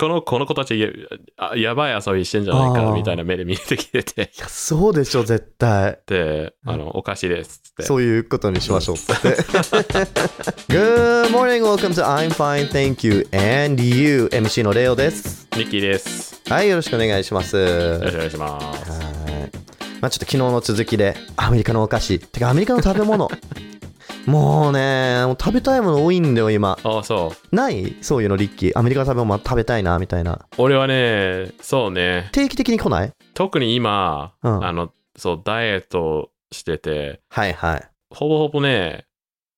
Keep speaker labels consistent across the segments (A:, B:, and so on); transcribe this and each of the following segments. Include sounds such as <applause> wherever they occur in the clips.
A: この、この子たちやあやばい遊びしてんじゃない
B: あ
A: か
B: ー
A: みたいな目で見えてきてて、
B: いや、そうでしょ、絶対。
A: で、あの、おかしいですっつって。
B: そういうことにしましょうっつって。Good morning, welcome to I'm fine, thank you, and you. MC のレオです。
A: ミッキーです。
B: はい、よろしくお願いします。
A: よろしくお願いします。
B: はい。まあちょっと昨日の続きで、アメリカのお菓子、てかアメリカの食べ <laughs> 物。もうね、もう食べたいもの多いんだよ、今。
A: ああ、そう。
B: ないそういうの、リッキー。アメリカの食べ物食べたいな、みたいな。
A: 俺はね、そうね、
B: 定期的に来ない
A: 特に今、
B: うん
A: あの、そう、ダイエットしてて、
B: はいはい。
A: ほぼほぼね、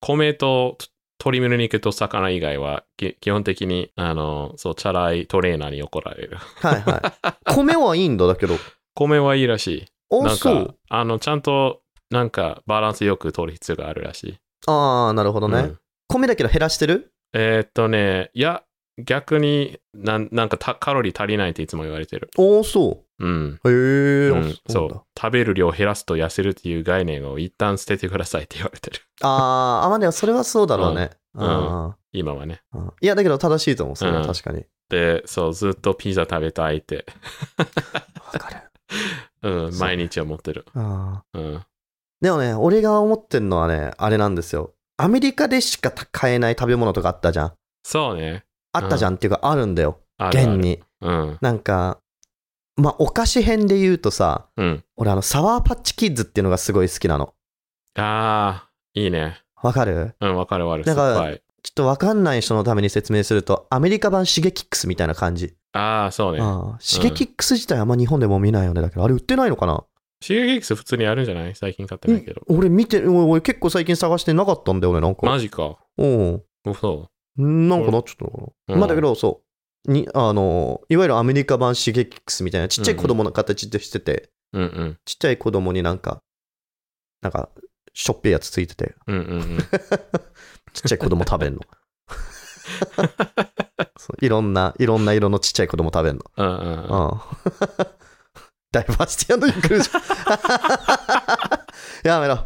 A: 米と鶏むね肉と魚以外は、き基本的に、あの、そう、チャラいトレーナーに怒られる。 <laughs>
B: はいはい。米はいいんだ、だけど。
A: 米はいいらしい。
B: あ、
A: なん
B: そ
A: か
B: う。、
A: あの、ちゃんと、なんか、バランスよく取る必要があるらしい。
B: ああ、なるほどね。
A: うん
B: 米だけど減らしてる
A: えーっとね、いや、逆になん、なんかたカロリー足りないっていつも言われてる。
B: おお、そ
A: うん。
B: う。へえ、
A: う
B: あ
A: ん、
B: そ
A: そう
B: なんだ
A: う。食べる量を減らすと痩せるっていう概念を一旦捨ててくださいって言われてる。 <laughs>
B: あーあ、まあでもそれはそうだろうね。
A: ん
B: あ
A: 今はね。
B: ーうんいや、だけど正しいと思う、それ
A: う
B: は
A: ん
B: 確かに。
A: で、そう、ずっとピザ食べたいって、
B: わかる。
A: うん、
B: そう
A: 毎日思ってる。
B: あー
A: うん。
B: でもね、俺が思ってるのはね、あれなんですよ。アメリカでしか買えない食べ物とかあったじゃん。
A: そうね。
B: あったじゃんっていうか、あるんだよ。
A: あるあ
B: 現
A: る。
B: に。
A: うん。
B: なんか、まあ、お菓子編で言うとさ、
A: うん。
B: 俺あの、サワーパッチキッズっていうのがすごい好きなの。
A: あー、いいね。
B: わかる
A: うん、わかるわかる。
B: なんか
A: 酸っぱい。
B: ちょっとわかんない人のために説明すると、アメリカ版シゲキックスみたいな感じ。
A: あー、そうね。
B: ああシゲキックス自体あんま日本でも見ないよね。だけど、あれ売ってないのかな
A: シゲキックス普通にあるんじゃない最近買ってないけど。
B: 俺見て、俺俺結構最近探してなかったんだよね、なんか。
A: マジか。
B: うん。
A: そ
B: なんかなっちゃったのかな。
A: うん
B: まあだけど、そう。に、あの、いわゆるアメリカ版シゲキックスみたいな、ちっちゃい子供の形でしてて、
A: う。うんうん。
B: ちっちゃい子供になんか、なんか、しょっぺいやつついてて、
A: うんうんうん。
B: ちっちゃい子供
A: <laughs>
B: 食べんの。そういろんな、いろんな色のちっちゃい子供食べんの。 <laughs>
A: うんうんうん。
B: うん。ダイバーシティのインクルージョン。 <laughs> やめろ。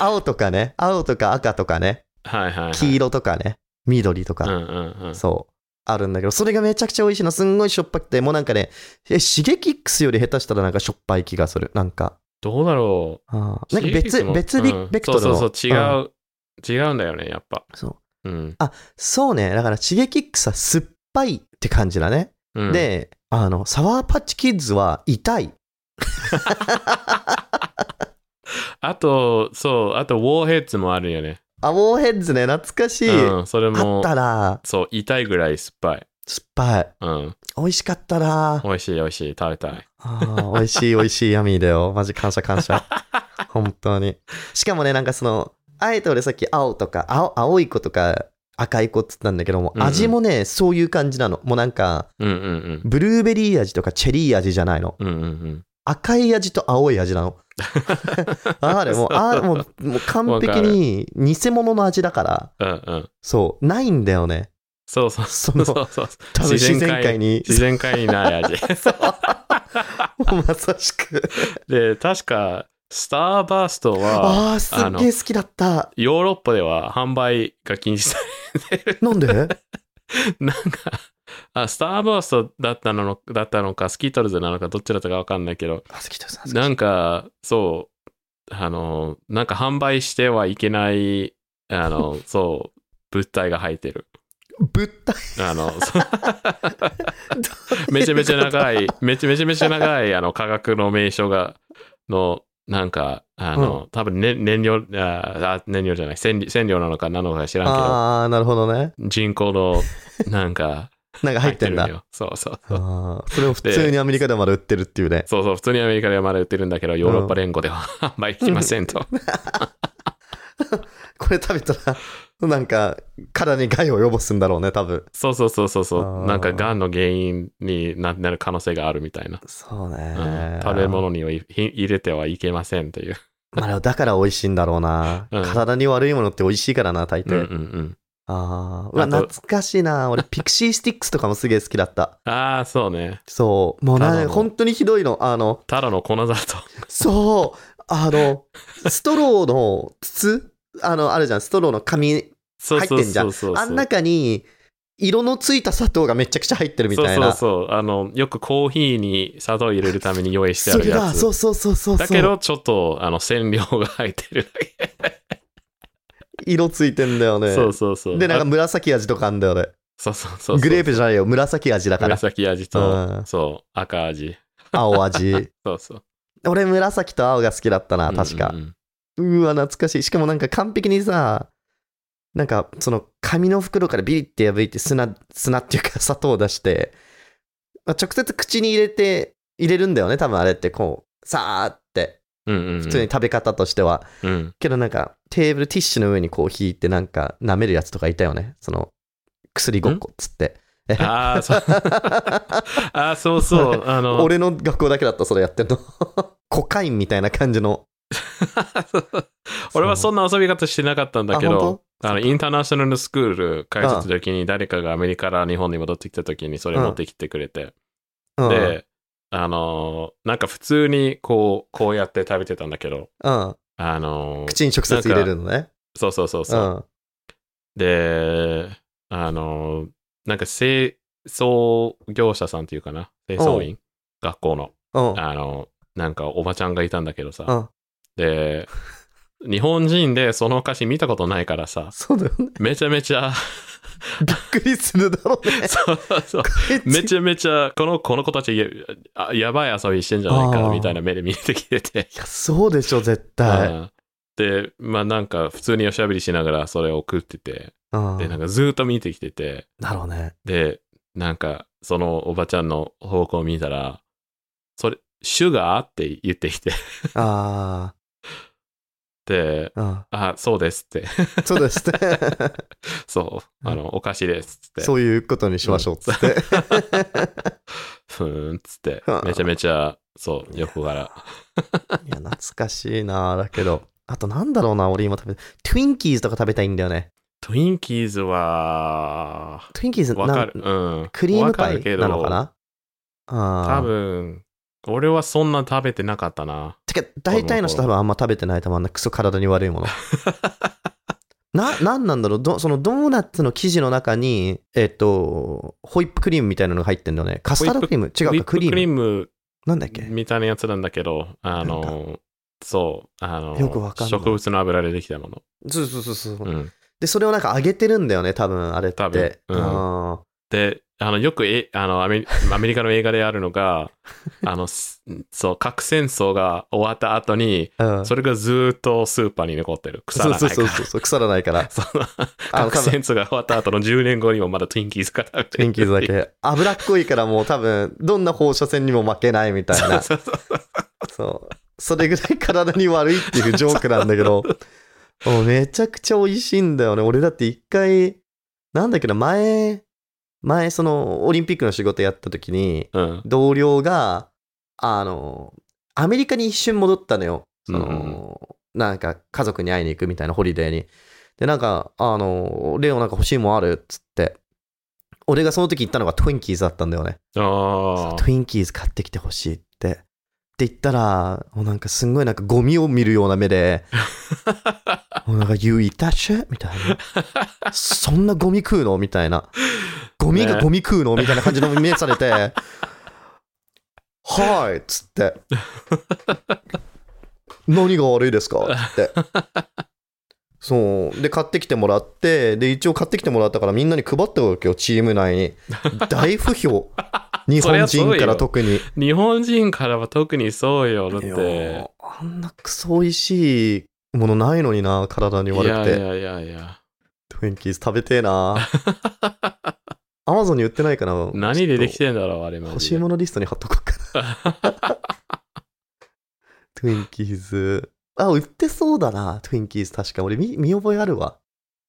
B: 青とかね、青とか赤とかね、
A: はいはいはい。
B: 黄色とかね、緑と
A: うん
B: か、
A: うんうん。
B: そう、あるんだけど、それがめちゃくちゃ美味しいの、すんごいしょっぱくて、もうなんかね、えシゲキックスより下手したらなんかしょっぱい気がする、なんか。
A: どうだろ
B: あ
A: う
B: ーなんか別、別ビ
A: うん
B: ベクトルの。
A: そうそうそう、違
B: ん
A: う、違うんだよね、やっぱ。
B: そう。
A: うん。
B: そうね、だからシゲキックスは酸っぱいって感じだね。
A: うん、
B: で、あの、サワーパッチキッズは痛い。
A: あと、そう、あと、ウォーヘッズもあるよね。
B: アボーヘッズね、懐かしい。
A: うん、それ
B: あっ
A: も、
B: たら、
A: そう、痛いぐらい酸っぱい。
B: 酸っぱい。
A: うん。
B: 美味しかったな
A: 美味しい、美味しい、食べたい。
B: あー美味しい美味しいヤミーだよ。マジ感謝感謝。本当に。しかもね、なんかその、あえて俺さっき青とか、青青い子とか赤い子って言ったんだけども、
A: うんうん
B: 味もね、そういう感じなの。もうなんか、
A: うんうん
B: ブルーベリー味とかチェリー味じゃないの。
A: うん。うんうんうん。
B: 赤い味と青い味 <laughs> なの。あれ、もう、あれ、もう、もう完璧に偽物の味だから、
A: うんうん。
B: そう、ないんだよね。
A: そうそう。そ
B: そ
A: う
B: の、
A: そうそう。
B: 多分自然界に。
A: 自然界にない味。
B: <laughs> まさしく。
A: で、確か、スターバーストは、
B: ああ、すっげえ好きだった。
A: ヨーロッパでは販売が禁止されてる。
B: なんで <laughs>
A: なんか、あ、スターバーストだったのだったのか、スキートルズなのか、どっちだったかわかんないけど、
B: あ、好きだ、好きだ
A: なんか、そう、あの、なんか販売してはいけない、あ
B: <laughs>
A: の、そう、物体が入ってる。
B: 物体。
A: あの、そうめちゃめちゃ長
B: <laughs>
A: い、めちゃめちゃめちゃ長い、あの、科学の名称が、の、なんか、あの、多分、ね、燃料あ、あ燃料じゃない、染料染料なのかなのか知らんけど、
B: ああ、なるほどね。
A: 人工の、なんか、
B: なん <laughs> か入ってんだ。
A: るよ。そうそうそう。
B: あーそれを普通にアメリカでもまだ売ってるっていうね。
A: そうそう、普通にアメリカではまだ売ってるんだけど、ヨーロッパ連合では販売できません
B: <laughs>
A: と。
B: これ食べたら、なんか、体に害を及ぼすんだろうね、多分。
A: そうそうそうそうそ
B: あ
A: う。
B: ー
A: なんか、がんの原因にななる可能性があるみたいな。
B: そう
A: うん
B: ね。
A: 食べ物にはいひ入れてはいけませんという。
B: まあでもだから美味しいんだろうな。
A: うん
B: 体に悪いものって美味しいからな、大
A: うんうん
B: 抵。
A: うん。
B: ああ。うわ、
A: あと
B: 懐かしいな。俺、ピクシースティックスとかもすげえ好きだった。
A: ああ、そうね。
B: そう。もう
A: ただ
B: な、
A: の
B: 本当にひどいの。あの、
A: ただの粉砂糖。
B: そう。あ
A: <laughs>
B: の、ストローの筒あの、あるじゃん。ストローの紙。
A: そうそう
B: 入ってんじゃ
A: そうそうそう。
B: あん中に、色のついた砂糖がめちゃくちゃ入ってるみたいな。
A: そうそうそう。あの、よくコーヒーに砂糖を入れるために用意してあ
B: そ
A: る
B: れ
A: や
B: だ、
A: つ。
B: そうそうそうそうそ
A: だ
B: う。
A: けど、ちょっと、あの、染料が入ってるだけ。
B: 色ついてんだよね。
A: そうそうそう。
B: で、なんか
A: あ
B: 紫味とかあんだよね。
A: そうそうそうそう。
B: グレープじゃないよ、紫味だから。
A: 紫味
B: う
A: と、
B: ん
A: そう、赤味。
B: 青味。
A: そうそう。
B: 俺、紫と青が好きだったな、確か。
A: うんうんうん
B: うわ、懐かしい。しかもなんか完璧にさ、なんかその紙の袋からビリって破いて砂、砂っていうか砂糖を出して、まあ直接口に入れて、入れるんだよね、多分あれって、こう、さーって、
A: うんうんうん。
B: 普通に食べ方としては。
A: うん。
B: けどなんか、テーブルティッシュの上にこう引いて、なんか舐めるやつとかいたよね、その、薬ごっこっつって。
A: ああ、そう。 <laughs> あーそう
B: <laughs>
A: そう。あの、
B: 俺の学校だけだった、それやってんの。 <laughs> コカインみたいな感じの。
A: <laughs> 俺はそ
B: うん
A: な遊び方してなかったんだけ
B: あ
A: ど
B: 本、
A: あの、インターナショナルスクール帰ってた時に、誰かがアメリカから日本に戻ってきた時にそれ持ってきてくれて、
B: う、
A: で、あのー、なんか普通にこう、こうやって食べてたんだけど、
B: うん、
A: あのー、
B: 口に直接入れるのね。
A: そうそうそう
B: う
A: そう。
B: ん。
A: で、あのー、なんか清掃業者さんっていうかな、清掃員、学校の、
B: うん。
A: あのー、なんかおばちゃんがいたんだけど
B: う
A: さ、
B: ん。
A: で、日本人でそのお菓子見たことないからさ、
B: そう
A: <laughs>
B: だよね。
A: めちゃめちゃ、
B: びっくりするだろうね。
A: そうそうそう。めちゃめちゃ、この、この子たちや、あやばい遊びしてんじゃない
B: あ
A: か、
B: ー
A: みたいな目で見えてきてて。
B: いや、そうでしょ、絶
A: う
B: 対。
A: んで、まあなんか、普通におしゃべりしながらそれを送ってて、
B: うん。
A: で、なん
B: だ
A: かずーっと見てきてて、
B: ろうね。
A: で、なんか、そのおばちゃんの方向を見たら、それ、シュガーって言ってきて、
B: あ
A: で、
B: あ、うん。
A: あ、そうですって、
B: そうですね。
A: そう、あの、お菓子 <laughs> ですっつって。
B: そういうことにしましょう、つって。
A: <laughs> ふーんっつって
B: はあ、
A: めちゃめちゃ、そう、横から。
B: いや、懐かしいなだけど。あと、なんだろうな、俺今食べて、トゥインキーズとか食べたいんだよね。
A: トゥインキーズは、
B: トゥインキーズ、
A: わ
B: な
A: か
B: ん
A: る。うん。
B: クリームパ
A: わるけ
B: イ
A: ど
B: なのかなあ
A: 多
B: あ。
A: 分、俺はそんな食べてなかったな。
B: てか、大体の人多分あんま食べてないと思うんだ。クソ体に悪いもの。
A: <laughs>
B: な、なんなんだろうどそのドーナツの生地の中に、えっと、ホイップクリームみたいなのが入ってんだよね。カスタードクリーム違
A: ホイ
B: う
A: ップ
B: か、クリーム。
A: ム
B: なんだっけ
A: みたいなやつなんだけど、あ
B: な
A: の、そう、あの、
B: よくわかんない
A: 植物の油でできたもの。
B: そうそうそうそう、
A: うん。
B: で、それをなんか揚げてるんだよね、多分あれって。
A: 多分うん
B: あ
A: で、あの、よくえ、あのアメリ、 <laughs> アメリカの映画であるの
B: <laughs>
A: が、あの、すそう、核戦争が終わった後に、
B: ーうん
A: それがずーっとスーパーに残ってる。腐らないか
B: そう
A: ら。
B: そうそうそう、腐らないから。
A: その
B: あの、
A: <laughs> 核
B: 多分
A: 戦争が終わった後の10年後にもまだトゥインキーズが食べて
B: トゥインキーズだ
A: け。 <laughs>
B: け。脂っこいからもう多分、どんな放射線にも負けないみたい
A: <laughs>
B: な。
A: そうそうそう
B: そう。それぐらい体に悪いっていうジョークなんだけど、もうめちゃくちゃ美味しいんだよね。俺だって一回、なんだっけど、前、前、その、オリンピックの仕事やった時に、
A: うん。
B: 同僚が、あの、アメリカに一瞬戻ったのよ。その、
A: うん
B: なんか、家族に会いに行くみたいなホリデーに。で、なんか、あの、レオなんか欲しいもんあるっつって、俺がその時行ったのがトゥインキーズだったんだよね。
A: あ
B: そう
A: あ。
B: トゥインキーズ買ってきてほしいって。って言ったら、もうなんかすんごいなんかゴミを見るような
A: <laughs>
B: 目で、もうなんか You eat that shit? みたいな。そんなゴミ食うのみたいな。ゴミが
A: ね
B: ゴミ食うのみたいな感じの目され
A: <laughs>
B: て、はいっつって。何が悪いですかって。そう。で、買ってきてもらって、で、一応買ってきてもらったからみんなに配ったわけよ、チーム内に。大
A: <laughs>
B: 不評。日
A: そり
B: 本
A: ゃそうよ
B: 人から特に。
A: 日本人からは特にそうよ。だっ
B: いや
A: て
B: ー。あんなクソ美味しいものないのにな、体に
A: い
B: 悪くて。
A: やいやいやいや。
B: トゥインキーズ食べて
A: <laughs>
B: えな。アマゾンに売ってないかな。
A: 何ででき
B: ちょ
A: てんだろう、あれ
B: っと
A: マ
B: 欲し
A: ジ
B: い
A: で。
B: ものリストに貼っとこうかな。
A: <laughs>
B: トゥインキーズ。あ、売ってそうだな、トゥインキーズ。確か。俺見、見覚えあるわ。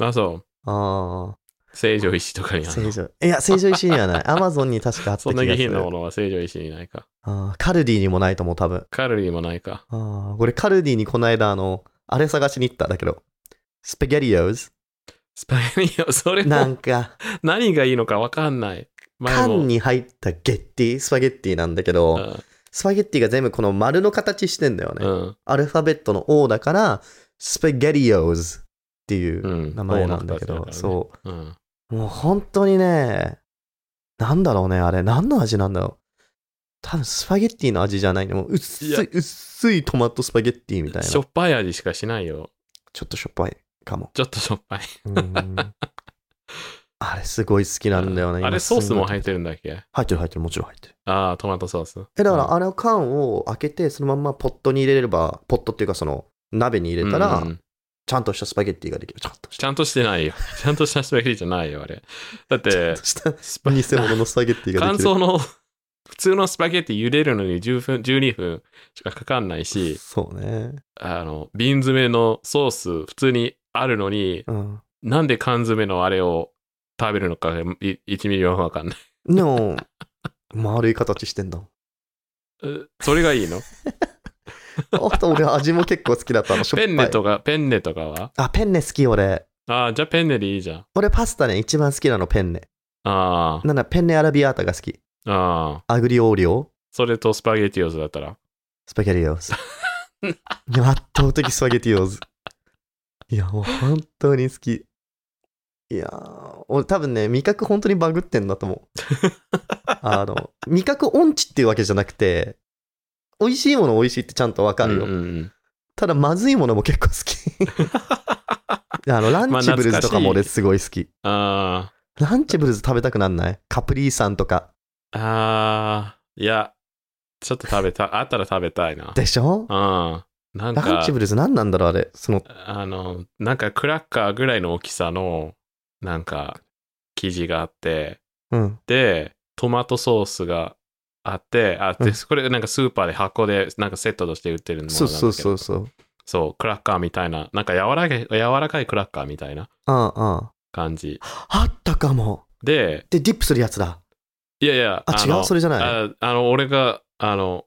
A: あ、そう。
B: ああ。
A: 成城石井とかにある
B: 成
A: の。
B: 城。いや、成城石井にはない。アマゾンに確かあった
A: そ
B: 気
A: んな下
B: がす
A: 品な
B: る
A: も。のは成城石井にないか。
B: あーカルディにもないと思う、多分。
A: カロリーもないか。
B: ああ。俺、カルディにこの間、あの、あれ探しに行ったんだけど。スペゲリオ
A: <laughs>
B: ーズ。
A: スパイニオ、それ
B: な
A: も
B: んか、
A: 何がいいのかわかんない。前も
B: 缶。に入ったゲッティ、スパゲッティなんだけど、スパゲッティが全部この丸の形してんだよね。
A: うん。。
B: アルファベットの O だから、スペゲリオーズっていううん名前なんだけど、
A: そう
B: そ
A: うん。
B: う。もう本当にね、なんだろうね、あれ。何の味なんだろう。多分スパゲッティの味じゃないね。もう薄
A: いや
B: い、薄いトマトスパゲッティみたいな。
A: しょっぱい味しかしないよ。
B: ちょっとしょっぱいかも。
A: ちょっとしょっぱい。
B: うんあれすごい好きなんだよね。
A: あれソースも入って
B: る。
A: るんだっけ
B: 入ってる入ってる、もちろん入ってる。
A: ああ、トマトソース。
B: え、だからあの缶を開けて、そのまんまポットに入れれば、ポットっていうかその鍋に入
A: うん
B: れたら、
A: うんうん
B: ちゃんとしたスパゲッティができる。ちゃんとし
A: ちゃんとしてないよ。 <laughs> ちゃんとしたスパゲティじゃないよ、あれ。だって、
B: た。 <laughs>
A: スパ
B: 偽物のスパゲッティが
A: 乾
B: できる。
A: 燥の、普通のスパゲティ茹でるのに10分、12分しかかかんないし、
B: そうね。
A: あの、瓶詰めのソース、普通にあるのに、
B: うん。
A: なんで缶詰のあれを食べるのか、い1ミリもわかんない。 <laughs>
B: でも、丸い形してんだもん。
A: うそれがいいの
B: あと俺味も結構好きだったの。しょっぱ
A: ペ
B: い
A: ンネとか、ペンネとかは
B: あ、ペンネ好き俺。
A: ああ、じゃあペンネでいいじゃん。
B: 俺パスタね、一番好きなのペンネ。
A: あ
B: なんだ、ペンネアラビアータが好き。
A: あ、ああ。
B: アグリオーリオ
A: それとスパゲティオズだったら。
B: スパゲティオーズ。いや圧倒的スパゲティオーズ。いや、もう本当に好き。いやー、俺多分ね、味覚本当にバグってんだと思う。あの、味覚音痴っていうわけじゃなくて、美味しいもの美味しいってちゃんとわかるよ。
A: うんうん
B: ただ、まずいものも結構
A: <laughs>
B: 好き。あの、ランチブルズとかも俺すごい好き。
A: うん、あ
B: ランチブルズ食べたくなんないカプリーさんとか。
A: あ、ああ、いや、ちょっと食べた、あったら食べたい <laughs> な。
B: でしょ
A: うん。なん
B: ラン
A: か
B: チ、ブルズ何なんだろうあれ。その、
A: あの、なんかクラッカーぐらいの大きさの、なんか、生地があって、
B: うん。
A: で、トマトソースがあって、あ
B: う
A: で
B: ん
A: これなんかスーパーで箱で、なんかセットとして売ってるものなんだ
B: そう
A: けど。
B: そうそうそう。
A: そうクラッカーみたいな、なんか柔らかい、柔らかいクラッカーみたいな
B: うんうん。
A: 感じ。
B: あったかも。
A: で、
B: で、ディップするやつだ。
A: いやいや、
B: あ、違
A: の
B: うそれじゃない。
A: ああの、俺が、あの、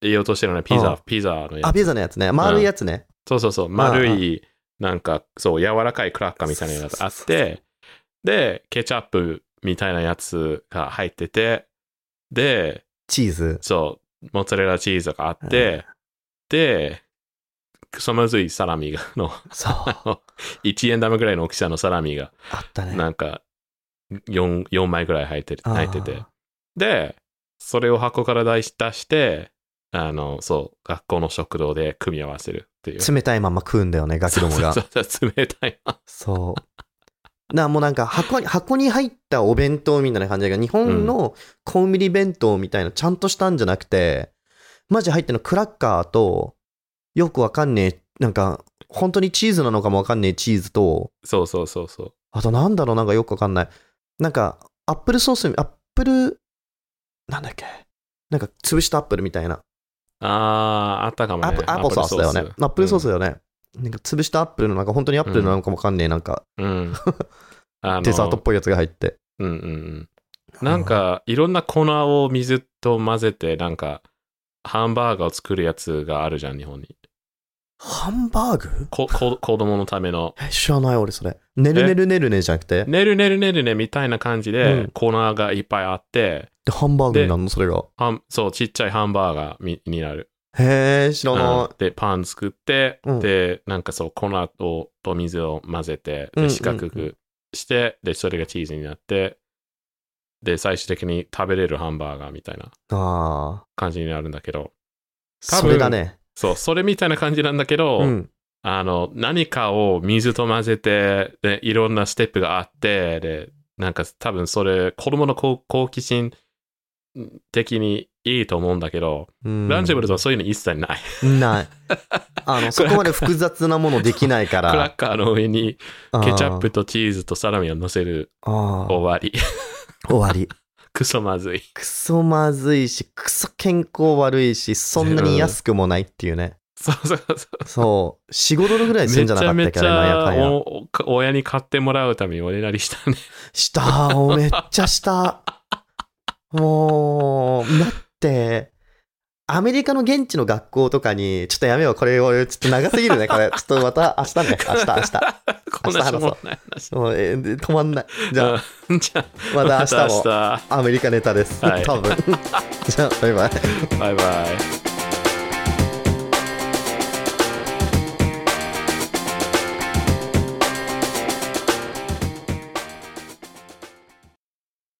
A: 言おうとしてるのはピ
B: うん
A: ザ、ピザのや
B: あ、
A: つ。
B: ピザのやつね。丸いやつね。
A: そうそうそう、丸い、なんか、そう、柔らかいクラッカーみたいなやつあっ
B: そうそうそう
A: て、で、ケチャップみたいなやつが入ってて、で、
B: チーズ。
A: そう、モッツァレラチーズがあって、で、クソまずいサラミが、の、 <laughs>
B: そう。あ
A: 1円玉ぐらいの大きさのサラミが、
B: ったね。
A: なんか、4、4枚ぐらい入ってる、
B: あー
A: 入ってて。で、それを箱から出し出して、あの、そう、学校の食堂で組み合わせるっていう。
B: 冷たいまま食うんだよね、ガキどもが
A: そ。うそうそう冷たいな。
B: そう。なもうなんか箱に、箱に入ったお弁当みたいな感じだけど、日本のコンビニ弁当みたいな、ちゃんとしたんじゃなくて、マジ入ってんのクラッカーと、よくわかんねえ、なんか、本当にチーズなのかもわかんねえチーズと、
A: そうそうそうそう。
B: あとなんだろう、なんかよくわかんない。なんか、アップルソース、アップル、なんだっけ、なんか潰したアップルみたいな。
A: あー、あったかもね。
B: アップアップルソースだよね。アップルソースだよね。なんか潰したアップルの、なんか本当にアップルなのかもわかんねえ、なんか、
A: うん。うん。あの
B: デザートっぽいやつが入って。
A: うんうんうん。なんか、いろんな粉を水と混ぜて、なんか、ハンバーガーを作るやつがあるじゃん、日本に。
B: ハンバーグ
A: ここ子供のため
B: <laughs>
A: の。
B: え知らない俺それ。ねるねるねるねじゃなくて、
A: ねるねるねるねみたいな感じで、
B: うん
A: 粉がいっぱいあって、
B: でハンバーグになるのそれが。
A: ハンそう、ちっちゃいハンバーガーみになる。
B: へえ、知らな
A: うんで、パン作って、
B: うん
A: で、なんかそう、粉をと水を混ぜて、
B: うんう
A: で
B: んうん。
A: 四角くして、で、それがチーズになって、で、最終的に食べれるハンバーガーみたいない
B: ああ。
A: 感じになるんだけど、多
B: そ
A: 分
B: れだね。
A: そう、それみたいな感じなんだけど、
B: うん。
A: あの、何かを水と混ぜて、で、いろんなステップがあって、で、なんか多分それ、子供の好好奇心的にいいと思うんだけど、
B: うん
A: ランチェブルズはそういうの一切ない。
B: ない。あの、そこまで複雑なものできないか
A: クラ
B: ら。
A: ッカーの上に
B: あー
A: ケチャップ。とチーズとサラミを乗せる
B: あー
A: 終わり。 <laughs>
B: 終わり。
A: クソまずい。
B: クソまずいし、クソ健康悪いし、そんなに安くもないっていうね。
A: そうそうそう。
B: そう。4、5ドルぐらいするん
A: め
B: じ
A: ち
B: ゃな
A: ゃ
B: かったっ
A: めち
B: けあれなんやか
A: ゃ
B: んや。
A: おお親に買ってもらうためにおねだりしたね。
B: した。おめっちゃした。もう、だって、アメリカの現地の学校とかに、ちょっとやめよう、これ、俺、ちょっと長すぎるね、こ
A: <laughs>
B: れ。ちょっとまた明日ね、明日、 <laughs> 明日。
A: こんなしょうもない話。
B: もう、えーで止まんない。じゃあ、
A: うんじゃあ、 <laughs>
B: また明日も
A: また
B: アメリカネタです。
A: はい <laughs>
B: 多分。じゃあ、バイバイ。
A: 明日。バイバイ。